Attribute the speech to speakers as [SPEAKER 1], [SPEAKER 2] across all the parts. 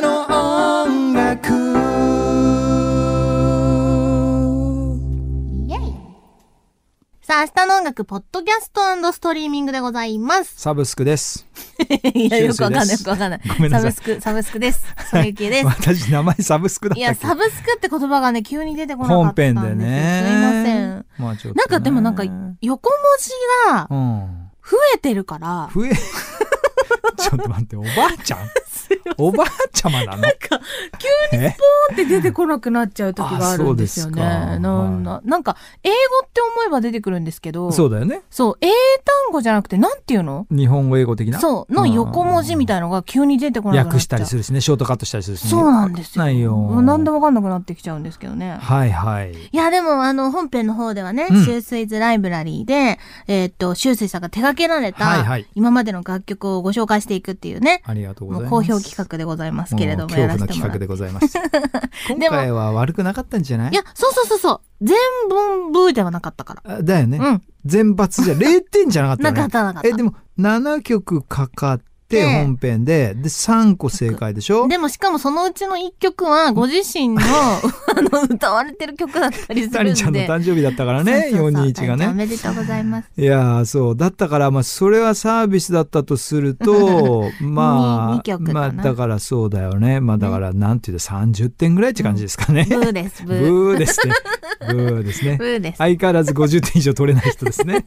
[SPEAKER 1] の音楽
[SPEAKER 2] さあ、明日の音楽、ポッドキャストストリーミングでござい ます。
[SPEAKER 3] サブスクです。
[SPEAKER 2] いや、
[SPEAKER 3] 修正
[SPEAKER 2] よくわ かんない、
[SPEAKER 3] で
[SPEAKER 2] よ
[SPEAKER 3] す
[SPEAKER 2] くわかんない。
[SPEAKER 3] ごめんなさい
[SPEAKER 2] サブスク、サブスクです。そういう系で す。
[SPEAKER 3] 私、名前サブスクだ
[SPEAKER 2] い
[SPEAKER 3] った
[SPEAKER 2] や、
[SPEAKER 3] っけ
[SPEAKER 2] サブスクって言葉がね、急に出てこなか
[SPEAKER 3] 本
[SPEAKER 2] ったん
[SPEAKER 3] 編
[SPEAKER 2] ですよ。
[SPEAKER 3] です
[SPEAKER 2] いません
[SPEAKER 3] ね。。まあちょっとね
[SPEAKER 2] なんかでもなんか、横文字が
[SPEAKER 3] うん。
[SPEAKER 2] 増えてるから、
[SPEAKER 3] 増え、 ちょっと待って、おばあちゃんおばあちゃまなの
[SPEAKER 2] か
[SPEAKER 3] 急に
[SPEAKER 2] って出てこなくなっちゃう時があるんですよね。
[SPEAKER 3] あそうですか
[SPEAKER 2] なん
[SPEAKER 3] は
[SPEAKER 2] だなんか、英語って思えば出てくるんですけど、
[SPEAKER 3] そうだよね。
[SPEAKER 2] そう英単語じゃなくて、なんていうの
[SPEAKER 3] 日本語、英語的な。
[SPEAKER 2] そう、の横文字みたいのが急に出てこなくなっちゃう。
[SPEAKER 3] 訳したりするしね、ショートカットしたりするしね。
[SPEAKER 2] そうなんですよ。
[SPEAKER 3] ないよ
[SPEAKER 2] もう何でもわかんなくなってきちゃうんですけどね。
[SPEAKER 3] はいはい。
[SPEAKER 2] いや、でも、あの、本編の方ではね、
[SPEAKER 3] うん
[SPEAKER 2] シュースイズライブラリーで、えーっと、シュースイさんが手掛けられ
[SPEAKER 3] はい
[SPEAKER 2] た
[SPEAKER 3] はい、
[SPEAKER 2] 今までの楽曲をご紹介していくっていうね、
[SPEAKER 3] ありがとうござ
[SPEAKER 2] も
[SPEAKER 3] いうます。
[SPEAKER 2] 好評企画でございますけれども、
[SPEAKER 3] 恐
[SPEAKER 2] やら
[SPEAKER 3] 怖
[SPEAKER 2] せ
[SPEAKER 3] の
[SPEAKER 2] てもら
[SPEAKER 3] 企画で。
[SPEAKER 2] って
[SPEAKER 3] ございます。
[SPEAKER 2] も
[SPEAKER 3] 今回は悪くなかったんじゃない
[SPEAKER 2] いや、そうそうそうそう、全本部ではなかったから。
[SPEAKER 3] あだよね。
[SPEAKER 2] うん。
[SPEAKER 3] 全抜じゃ0点じゃなかったよ
[SPEAKER 2] な
[SPEAKER 3] ね。
[SPEAKER 2] かったなかった。
[SPEAKER 3] えでも7曲かかって
[SPEAKER 2] で
[SPEAKER 3] 本編でで3個正解でしょ
[SPEAKER 2] でもしかもそのうちの一曲はご自身の あの歌われてる曲だったりす
[SPEAKER 3] タ
[SPEAKER 2] る
[SPEAKER 3] リ
[SPEAKER 2] んで。
[SPEAKER 3] ちゃんの誕生日だったからね
[SPEAKER 2] そうそうそう
[SPEAKER 3] 421が
[SPEAKER 2] お
[SPEAKER 3] ね
[SPEAKER 2] めでとうございます。
[SPEAKER 3] いやーそうだったからまあそれはサービスだったとする と
[SPEAKER 2] に
[SPEAKER 3] ま
[SPEAKER 2] 二
[SPEAKER 3] あ
[SPEAKER 2] 曲かな
[SPEAKER 3] まあだからそうだよねまあだからなんていうの30点ぐらいって感じですかね
[SPEAKER 2] ブーです、ブ
[SPEAKER 3] ブ
[SPEAKER 2] ー。
[SPEAKER 3] ーですねブーですね
[SPEAKER 2] ブーです。
[SPEAKER 3] 相変わらず50点以上取れない人です ね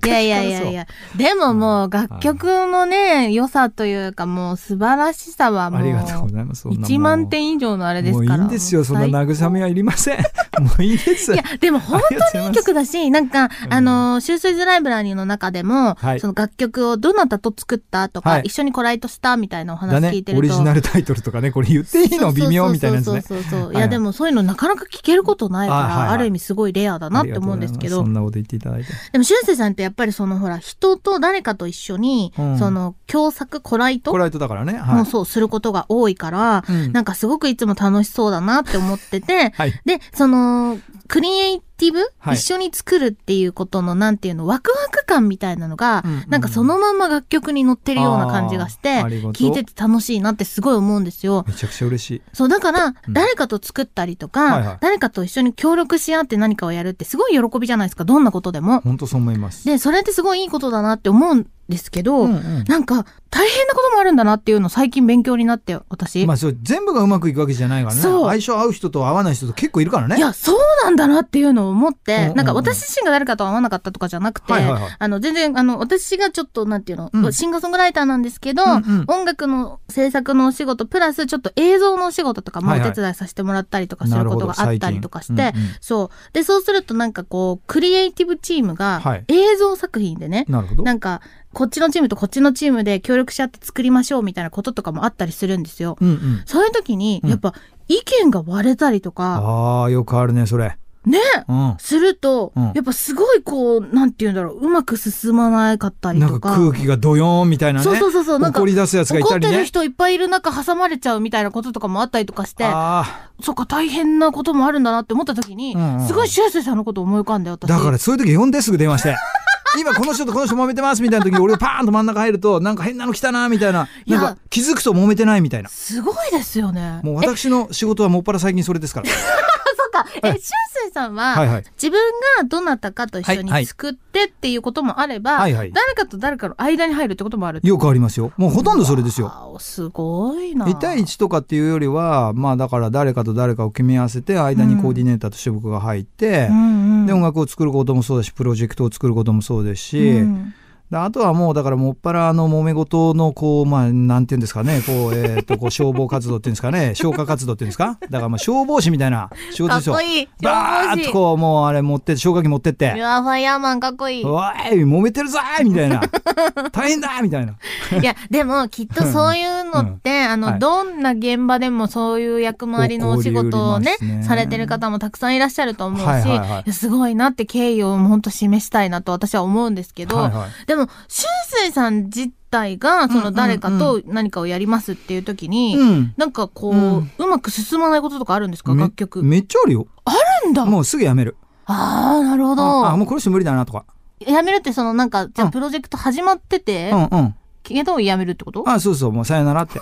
[SPEAKER 2] いやいやいやいや。でももう楽曲のね、良さというかもう素晴らしさはも
[SPEAKER 3] ありがとうご
[SPEAKER 2] う、
[SPEAKER 3] ざいますそんなもう
[SPEAKER 2] 1万点以上のあれです
[SPEAKER 3] もう
[SPEAKER 2] か
[SPEAKER 3] い
[SPEAKER 2] ら。
[SPEAKER 3] いんですよそんな慰め
[SPEAKER 2] い
[SPEAKER 3] はいりません もういいです
[SPEAKER 2] や、でも本
[SPEAKER 3] ありがと
[SPEAKER 2] 当
[SPEAKER 3] うござ
[SPEAKER 2] にいい
[SPEAKER 3] ます
[SPEAKER 2] 曲 だし、なんか、
[SPEAKER 3] うん
[SPEAKER 2] あの、シュースイズライブラリーの中でも、
[SPEAKER 3] はい
[SPEAKER 2] その楽曲をどなたと作ったとか、
[SPEAKER 3] はい
[SPEAKER 2] 一緒にコライトしたみたいなお
[SPEAKER 3] だ
[SPEAKER 2] 話聞
[SPEAKER 3] ね
[SPEAKER 2] いてると。
[SPEAKER 3] オリジナルタイトルとかねこれ言っていいの微妙みたいなやつね
[SPEAKER 2] そうそうそうそうそう。い
[SPEAKER 3] はいは
[SPEAKER 2] や、
[SPEAKER 3] い
[SPEAKER 2] でもそういうのなかなか聞けることないから、
[SPEAKER 3] あはいはい
[SPEAKER 2] ある意味すごいレアだなって思うんですけ
[SPEAKER 3] ありが
[SPEAKER 2] ど
[SPEAKER 3] とうございますそ、んなこと言っていただいて。
[SPEAKER 2] でも、しゅんせいさんってやっぱりそのほら、人と誰かと一緒に、
[SPEAKER 3] うん
[SPEAKER 2] その、共作、コライト
[SPEAKER 3] コ
[SPEAKER 2] も
[SPEAKER 3] ライトだからね。は
[SPEAKER 2] う
[SPEAKER 3] い。
[SPEAKER 2] そうすることが多いから、
[SPEAKER 3] うん、
[SPEAKER 2] なんかすごくいつも楽しそうだなって思ってて
[SPEAKER 3] はい。
[SPEAKER 2] で、その、クリエイティブ、
[SPEAKER 3] はい
[SPEAKER 2] 一緒に作るっていうことの、なんていうの、ワクワク感みたいなのが、
[SPEAKER 3] うんうん
[SPEAKER 2] なんかそのまま楽曲に乗ってるような感じがして、
[SPEAKER 3] あーありがとう
[SPEAKER 2] 聞いてて楽しいなってすごい思うんですよ。
[SPEAKER 3] めちゃくちゃ嬉しい。
[SPEAKER 2] そう、だから、
[SPEAKER 3] うん
[SPEAKER 2] 誰かと作ったりとか、
[SPEAKER 3] はいはい
[SPEAKER 2] 誰かと一緒に協力し合って何かをやるってすごい喜びじゃないですか、どんなことでも。
[SPEAKER 3] 本当そう思います。
[SPEAKER 2] で、それってすごいいいことだなって思うんですけど、
[SPEAKER 3] うんうん
[SPEAKER 2] なんか大変なこともあるんだなっていうの最近勉強になって、私。
[SPEAKER 3] まあそう全部がうまくいくわけじゃないからね。
[SPEAKER 2] そう
[SPEAKER 3] 相性合う人と合わない人と結構いるからね。
[SPEAKER 2] いや、そうなんだなっていうのを思って、
[SPEAKER 3] うんうんうん
[SPEAKER 2] なんか私自身が誰かと会わなかったとかじゃなくて、
[SPEAKER 3] はいはいはい
[SPEAKER 2] あの、全然、あの、私がちょっと、なんていうの、
[SPEAKER 3] うん
[SPEAKER 2] シンガーソングライターなんですけど、
[SPEAKER 3] うんうん
[SPEAKER 2] 音楽の制作のお仕事、プラスちょっと映像のお仕事とかもお
[SPEAKER 3] はいはい
[SPEAKER 2] 手伝いさせてもらったりとかすることがあったりとかして、
[SPEAKER 3] なるほど最近うんうん
[SPEAKER 2] そう。で、そうするとなんかこう、クリエイティブチーム
[SPEAKER 3] は
[SPEAKER 2] が
[SPEAKER 3] い、
[SPEAKER 2] 映像作品でね、
[SPEAKER 3] なるほど。
[SPEAKER 2] なんか、こっちのチームとこっちのチームで協力し合って作りましょうみたいなこととかもあったりするんですよ。
[SPEAKER 3] うんうん。
[SPEAKER 2] そういう時に、
[SPEAKER 3] うん
[SPEAKER 2] やっぱ、意見が割れたりとか、
[SPEAKER 3] ああよくあるねそれ。
[SPEAKER 2] ね
[SPEAKER 3] うん。
[SPEAKER 2] すると、
[SPEAKER 3] うん
[SPEAKER 2] やっぱすごいこう、なんて言うんだろう、うまく進まなかったり
[SPEAKER 3] なん
[SPEAKER 2] と
[SPEAKER 3] か
[SPEAKER 2] か。
[SPEAKER 3] 空気がドヨーンみたいなね。
[SPEAKER 2] そうそうそうそう、なんか
[SPEAKER 3] 怒り出すやつがい
[SPEAKER 2] 怒
[SPEAKER 3] た
[SPEAKER 2] っ
[SPEAKER 3] り
[SPEAKER 2] てる
[SPEAKER 3] ね。
[SPEAKER 2] 人いっぱいいる中挟まれちゃうみたいなこととかもあったりとかして、
[SPEAKER 3] あ
[SPEAKER 2] そっか大変なこともあるんだなって思った時に、
[SPEAKER 3] うんうん
[SPEAKER 2] すごい修正さんのこと思い浮かんだよ、
[SPEAKER 3] あ
[SPEAKER 2] 私。
[SPEAKER 3] だからそういう時呼んですぐ電話 して。今この人とこの人揉めてますみたいな時に俺がパーンと真ん中入るとなんか変なの来たなみたいな。
[SPEAKER 2] いや
[SPEAKER 3] なんか気づくと揉めてないみたいな。
[SPEAKER 2] すごいですよね。
[SPEAKER 3] もう私の仕事はもっぱら最近それですから。
[SPEAKER 2] そうか。え、
[SPEAKER 3] は
[SPEAKER 2] しゅうすいさんは、
[SPEAKER 3] はいはい
[SPEAKER 2] 自分がどなたかと一緒
[SPEAKER 3] はいは
[SPEAKER 2] に
[SPEAKER 3] い
[SPEAKER 2] 作ってっていうこともあれば、
[SPEAKER 3] はいはい
[SPEAKER 2] 誰かと誰かの間に入るってこともある。
[SPEAKER 3] よくありますよ。もうほとんどそれですよ。
[SPEAKER 2] わおすごいな。
[SPEAKER 3] 1対1とかっていうよりは、まあだから誰かと誰かを組み合わせて、間にコーディネーターとして僕が入って
[SPEAKER 2] う、んうん。
[SPEAKER 3] で、音楽を作ることもそうだし、プロジェクトを作ることもそうですし、
[SPEAKER 2] うん
[SPEAKER 3] であとはもうだからもっぱらあの揉め事のこうまあなんていうんですかねこうえっ、とこう消防活動っていうんですか ね消火活動っていうんですかだからまあ消防士みたいな仕事
[SPEAKER 2] か
[SPEAKER 3] で
[SPEAKER 2] っ
[SPEAKER 3] すよ
[SPEAKER 2] こいい。
[SPEAKER 3] バーッとこうもうあれ持ってって消火器持ってっ
[SPEAKER 2] い
[SPEAKER 3] て
[SPEAKER 2] や、ファイヤーマンかっこ
[SPEAKER 3] 「
[SPEAKER 2] いい。
[SPEAKER 3] おい揉めてるぞー!」み たいな「大変だ!」みたいな。
[SPEAKER 2] いや、でも、きっとそういうのって、あの、
[SPEAKER 3] はい
[SPEAKER 2] どんな現場でもそういう役回りのお仕事をね
[SPEAKER 3] 起こりうりますね
[SPEAKER 2] されてる方もたくさんいらっしゃると思うし、
[SPEAKER 3] はいはいはい
[SPEAKER 2] やすごいなって敬意を本当示したいなと私は思うんですけど、
[SPEAKER 3] はいはい
[SPEAKER 2] でも、しゅうすいさん自体が、その誰かと何かをやりますっていう時に、
[SPEAKER 3] うん
[SPEAKER 2] なんかこう、う
[SPEAKER 3] うん
[SPEAKER 2] まく進まないこととかあるんですか
[SPEAKER 3] め
[SPEAKER 2] 楽曲。
[SPEAKER 3] めっちゃあるよ
[SPEAKER 2] なんだ
[SPEAKER 3] もうすぐやめる
[SPEAKER 2] ああ、なるほど。
[SPEAKER 3] ああもうこの人無理だなとか
[SPEAKER 2] 辞めるってそのなんか、じ
[SPEAKER 3] う
[SPEAKER 2] ゃあ
[SPEAKER 3] ん
[SPEAKER 2] プロジェクト始まってて
[SPEAKER 3] う、んうん。
[SPEAKER 2] けど辞めるってこと
[SPEAKER 3] あ、そうそう、もうさよならって。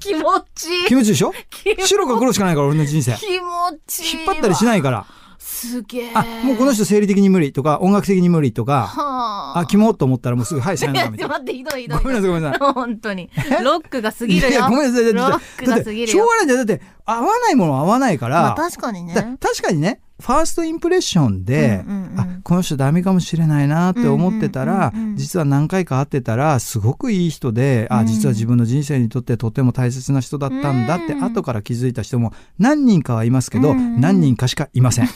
[SPEAKER 2] 気持ちいい。
[SPEAKER 3] 気持ちいいでしょ
[SPEAKER 2] 気持
[SPEAKER 3] 白か黒しかないから、俺の人生。
[SPEAKER 2] 気持ちいい。
[SPEAKER 3] 引っ張ったりし
[SPEAKER 2] い。
[SPEAKER 3] ないから。
[SPEAKER 2] すげえ。
[SPEAKER 3] あ、もうこの人生理的に無理とか、音楽的に無理とか、
[SPEAKER 2] はあ。
[SPEAKER 3] あ、キモっと思ったらもうすぐ、はい、さよ
[SPEAKER 2] い
[SPEAKER 3] な
[SPEAKER 2] や、
[SPEAKER 3] らみ
[SPEAKER 2] ち
[SPEAKER 3] たいな。
[SPEAKER 2] ょっと待って、ひどいひどい。
[SPEAKER 3] ごめんなさい、ごめんなさい。
[SPEAKER 2] 本当に。ロックが過ぎ
[SPEAKER 3] いや
[SPEAKER 2] るよ。
[SPEAKER 3] いや、ごめんなさい。だ
[SPEAKER 2] ロ
[SPEAKER 3] っ
[SPEAKER 2] ッ
[SPEAKER 3] て、
[SPEAKER 2] ク
[SPEAKER 3] だ
[SPEAKER 2] が
[SPEAKER 3] っ
[SPEAKER 2] 過
[SPEAKER 3] て
[SPEAKER 2] ぎ
[SPEAKER 3] し
[SPEAKER 2] る
[SPEAKER 3] ょう
[SPEAKER 2] よ。
[SPEAKER 3] がないんだよ。だって、合わないものは合わないから、
[SPEAKER 2] まあ確かにね。
[SPEAKER 3] だ確かにね、ファーストインプレッションで、
[SPEAKER 2] うんうんうん
[SPEAKER 3] あ、この人ダメかもしれないなって思ってたら、
[SPEAKER 2] うんうんうんうん
[SPEAKER 3] 実は何回か会ってたら、すごくいい人で、
[SPEAKER 2] う
[SPEAKER 3] あ、
[SPEAKER 2] ん
[SPEAKER 3] 実は自分の人生にとってとても大切な人だったんだって、
[SPEAKER 2] うん
[SPEAKER 3] 後から気づいた人も何人かはいますけど、
[SPEAKER 2] うんうん
[SPEAKER 3] 何人かしかいません。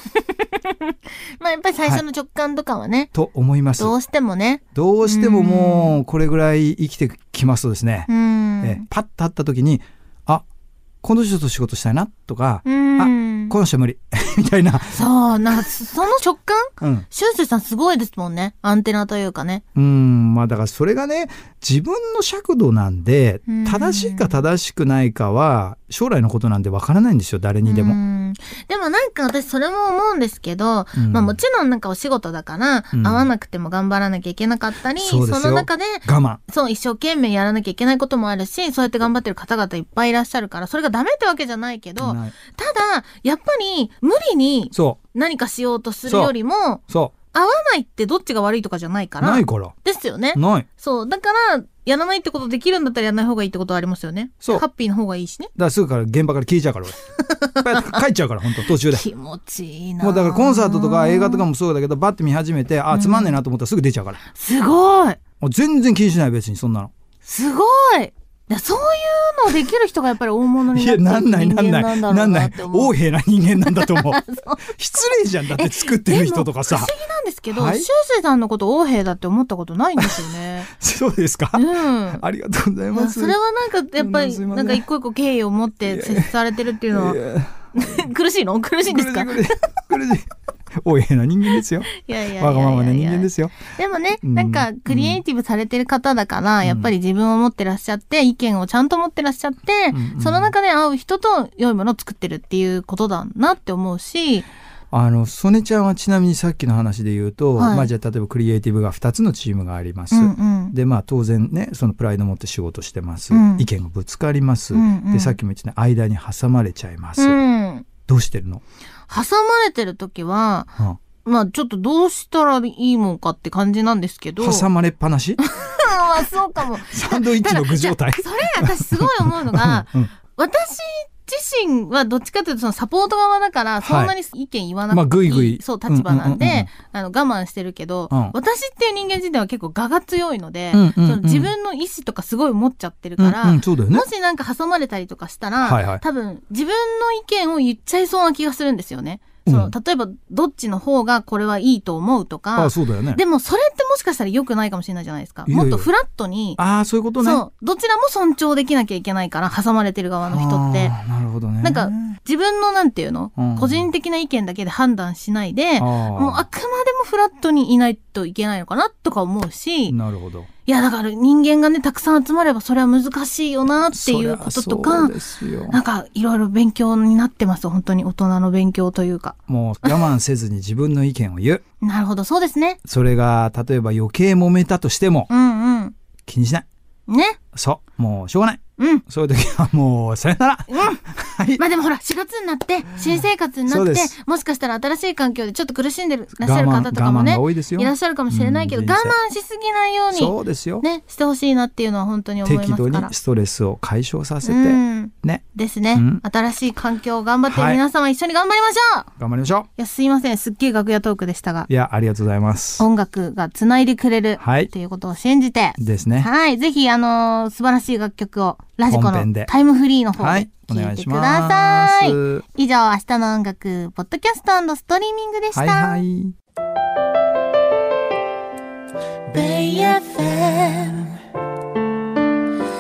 [SPEAKER 2] まあやっぱり最初の直感とかはね、
[SPEAKER 3] と思います。
[SPEAKER 2] どうしてもね。
[SPEAKER 3] どうしてももう、これぐらい生きてきますとですね、
[SPEAKER 2] うん。
[SPEAKER 3] えパッと会った時に、あ、この人と仕事したいなとか、
[SPEAKER 2] うん。
[SPEAKER 3] この人無理 みたいな、
[SPEAKER 2] そう、なんかその直感
[SPEAKER 3] うん、
[SPEAKER 2] シュンシュンさんすごいですもんね。アンテナというかね。
[SPEAKER 3] うん、まあだからそれがね、自分の尺度なんで
[SPEAKER 2] うん、
[SPEAKER 3] 正しいか正しくないかは、将来のことなんでわからないんですよ、誰にで
[SPEAKER 2] う
[SPEAKER 3] も。
[SPEAKER 2] んでもなんか私それも思うんですけど、
[SPEAKER 3] うん
[SPEAKER 2] まあもちろんなんかお仕事だから、
[SPEAKER 3] うん
[SPEAKER 2] 会わなくても頑張らなきゃいけなかったり、
[SPEAKER 3] そうですよ
[SPEAKER 2] の中で、
[SPEAKER 3] 我慢。
[SPEAKER 2] そう一生懸命やらなきゃいけないこともあるし、そうやって頑張ってる方々いっぱいいらっしゃるから、それがダメってわけじゃないけど、
[SPEAKER 3] ない
[SPEAKER 2] ただ、やっぱり無理に
[SPEAKER 3] そ
[SPEAKER 2] 何かしようとするよりも、
[SPEAKER 3] う、そ
[SPEAKER 2] 会わないってどっちが悪いとかじゃないか
[SPEAKER 3] う。
[SPEAKER 2] ら
[SPEAKER 3] ない。から。
[SPEAKER 2] ですよね。
[SPEAKER 3] ない。だか
[SPEAKER 2] そう。だから、やらないってことできるんだったらやらない方がいいってことはありますよね。
[SPEAKER 3] そう
[SPEAKER 2] ハッピーの方がいいしね。
[SPEAKER 3] らすぐから現場から消えちゃうから、 俺帰っちゃうから、本当途中で。
[SPEAKER 2] 気持ちいいな。
[SPEAKER 3] もうだからコンサートとか映画とか。もそうだけど、バッて見始めて、あ、つまんねえなと思ったらすぐ出ちゃうから。
[SPEAKER 2] すごい
[SPEAKER 3] もう全然気にしない、別にそんなの。
[SPEAKER 2] すごいいやそういうのできる人がやっぱり大物に
[SPEAKER 3] い
[SPEAKER 2] な
[SPEAKER 3] や、
[SPEAKER 2] っていく
[SPEAKER 3] なんない、
[SPEAKER 2] 人
[SPEAKER 3] なんな、
[SPEAKER 2] 間な
[SPEAKER 3] な
[SPEAKER 2] いんだろうんな
[SPEAKER 3] な
[SPEAKER 2] っ
[SPEAKER 3] い
[SPEAKER 2] て。思う。
[SPEAKER 3] 横柄な人間なんだと 思う。失礼じゃん、だって作ってる人とか
[SPEAKER 2] で
[SPEAKER 3] さ
[SPEAKER 2] も。不思議なんですけど、
[SPEAKER 3] はい
[SPEAKER 2] シュウセイさんのこと王兵だって思ったことないんですよね。
[SPEAKER 3] そうですか
[SPEAKER 2] うん。い
[SPEAKER 3] ありがとうござい
[SPEAKER 2] や
[SPEAKER 3] ます。
[SPEAKER 2] それはなんかやっぱ
[SPEAKER 3] す
[SPEAKER 2] り
[SPEAKER 3] いませ
[SPEAKER 2] な
[SPEAKER 3] ん
[SPEAKER 2] んか一個一個敬意を持って接されてるっていうのは苦しいの苦しいんですかい
[SPEAKER 3] これでこれでこれでおえな人間ですよ。
[SPEAKER 2] やいやいやいや
[SPEAKER 3] わがままな人間ですよ。
[SPEAKER 2] でもね、
[SPEAKER 3] うん
[SPEAKER 2] なんかクリエイティブされてる方だから、
[SPEAKER 3] ん
[SPEAKER 2] やっぱり自分を持ってらっしゃって、意見をちゃんと持ってらっしゃって、
[SPEAKER 3] うんうん
[SPEAKER 2] その中で会う人と良いものを作ってるっていうことだなって思うし、
[SPEAKER 3] あの、曽根ちゃんはちなみにさっきの話で言うと、
[SPEAKER 2] はい
[SPEAKER 3] まあじゃあ例えばクリエイティブが2つのチームがあります。
[SPEAKER 2] うんうん
[SPEAKER 3] でまあ当然ねそのプライド持って仕事してます、
[SPEAKER 2] うん
[SPEAKER 3] 意見がぶつかります、
[SPEAKER 2] うんうん
[SPEAKER 3] でさっきも言ったように間に挟まれちゃいます、
[SPEAKER 2] うん。
[SPEAKER 3] どうしてるの、
[SPEAKER 2] 挟まれてる時は、
[SPEAKER 3] うん
[SPEAKER 2] まあちょっとどうしたらいいもんかって感じなんですけど。
[SPEAKER 3] 挟まれっぱ なし
[SPEAKER 2] まそうかも。
[SPEAKER 3] サンドイッチの具状態
[SPEAKER 2] ただそれ私すごい思う のが、
[SPEAKER 3] うんうん
[SPEAKER 2] 私自身はどっちかというとそのサポート側だからそんなに意見言わなくていい、
[SPEAKER 3] まあぐいぐい
[SPEAKER 2] そう立場なんで、
[SPEAKER 3] うんうんうんうん
[SPEAKER 2] あの我慢してるけど、
[SPEAKER 3] うん
[SPEAKER 2] 私っていう人間自体は結構我が強いので、
[SPEAKER 3] うんうんうん
[SPEAKER 2] その自分の意思とかすごい持っちゃってるから、
[SPEAKER 3] うんうん、そうだよね
[SPEAKER 2] もしなんか挟まれたりとかしたら、
[SPEAKER 3] はいはい
[SPEAKER 2] 多分自分の意見を言っちゃいそうな気がするんですよね。その
[SPEAKER 3] うん
[SPEAKER 2] 例えばどっちの方がこれはいいと思うと
[SPEAKER 3] あ
[SPEAKER 2] か
[SPEAKER 3] あ、そうだよね
[SPEAKER 2] でもそれってもしかしたら良くないかもしれないじゃないですか。
[SPEAKER 3] いやいや
[SPEAKER 2] もっとフラットに
[SPEAKER 3] ああそういうことね
[SPEAKER 2] そう。どちらも尊重できなきゃいけないから、挟まれてる側の人って。
[SPEAKER 3] あーなるほどね
[SPEAKER 2] なんか自分のなんていうの、
[SPEAKER 3] うん
[SPEAKER 2] 個人的な意見だけで判断しないで、も
[SPEAKER 3] も
[SPEAKER 2] うあくまでもフラットにいないといけないのかなとか思うし、い
[SPEAKER 3] なるほどっ
[SPEAKER 2] やだから人間がね、たくさん集まればそれは難しいよなっていうこととか、なんかいろいろ勉強になってます、本当に大人の勉強というか。
[SPEAKER 3] もう我慢せずに自分の意見を言う
[SPEAKER 2] なるほど、そうですね。
[SPEAKER 3] それが例えば余計揉めたとしても
[SPEAKER 2] うんうん。
[SPEAKER 3] 気にしない
[SPEAKER 2] ね。
[SPEAKER 3] そうもうしょうがない
[SPEAKER 2] うん。
[SPEAKER 3] そういう時はもうさよな ら
[SPEAKER 2] まあでもほら、4月になって、新生活になっ
[SPEAKER 3] そう
[SPEAKER 2] て
[SPEAKER 3] です、
[SPEAKER 2] もしかしたら新しい環境でちょっと苦しんでるらっしゃ
[SPEAKER 3] 我
[SPEAKER 2] る
[SPEAKER 3] 慢
[SPEAKER 2] 方とかもね
[SPEAKER 3] 我慢が、多いですよ
[SPEAKER 2] いらっしゃるかもしれないけど、
[SPEAKER 3] う
[SPEAKER 2] 我
[SPEAKER 3] ん人生
[SPEAKER 2] 慢しすぎないよう
[SPEAKER 3] そうですよ
[SPEAKER 2] に、ね、してほしいなっていうのは本当に思います
[SPEAKER 3] 適
[SPEAKER 2] から。
[SPEAKER 3] 度にストレスを解消させて、
[SPEAKER 2] うん。
[SPEAKER 3] ね
[SPEAKER 2] ですね、
[SPEAKER 3] うん
[SPEAKER 2] 新しい環境を頑張ってる皆様、一緒に頑張りましょう
[SPEAKER 3] 頑張りましょ
[SPEAKER 2] いや、すいません。すっげえ楽屋トークでしたが
[SPEAKER 3] うい、やありがとうございます
[SPEAKER 2] 音楽が繋いでくれる、
[SPEAKER 3] はい
[SPEAKER 2] ということを信じて、
[SPEAKER 3] ですね
[SPEAKER 2] はい。ぜひ、あのー素晴らしい楽曲を、ラジコ
[SPEAKER 3] 本編
[SPEAKER 2] の
[SPEAKER 3] で
[SPEAKER 2] タイムフリーの方
[SPEAKER 3] は
[SPEAKER 2] で
[SPEAKER 3] いお
[SPEAKER 2] 聴
[SPEAKER 3] 願
[SPEAKER 2] い
[SPEAKER 3] い
[SPEAKER 2] て
[SPEAKER 3] し
[SPEAKER 2] くださ
[SPEAKER 3] ま
[SPEAKER 2] い。
[SPEAKER 3] す
[SPEAKER 2] 以上、明日の音楽、ポッドキャストストリーミングでした。
[SPEAKER 3] はいはい。
[SPEAKER 1] Bay FM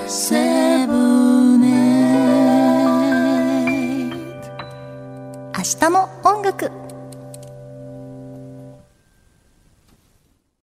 [SPEAKER 1] Seven Eight
[SPEAKER 2] 明日の音楽。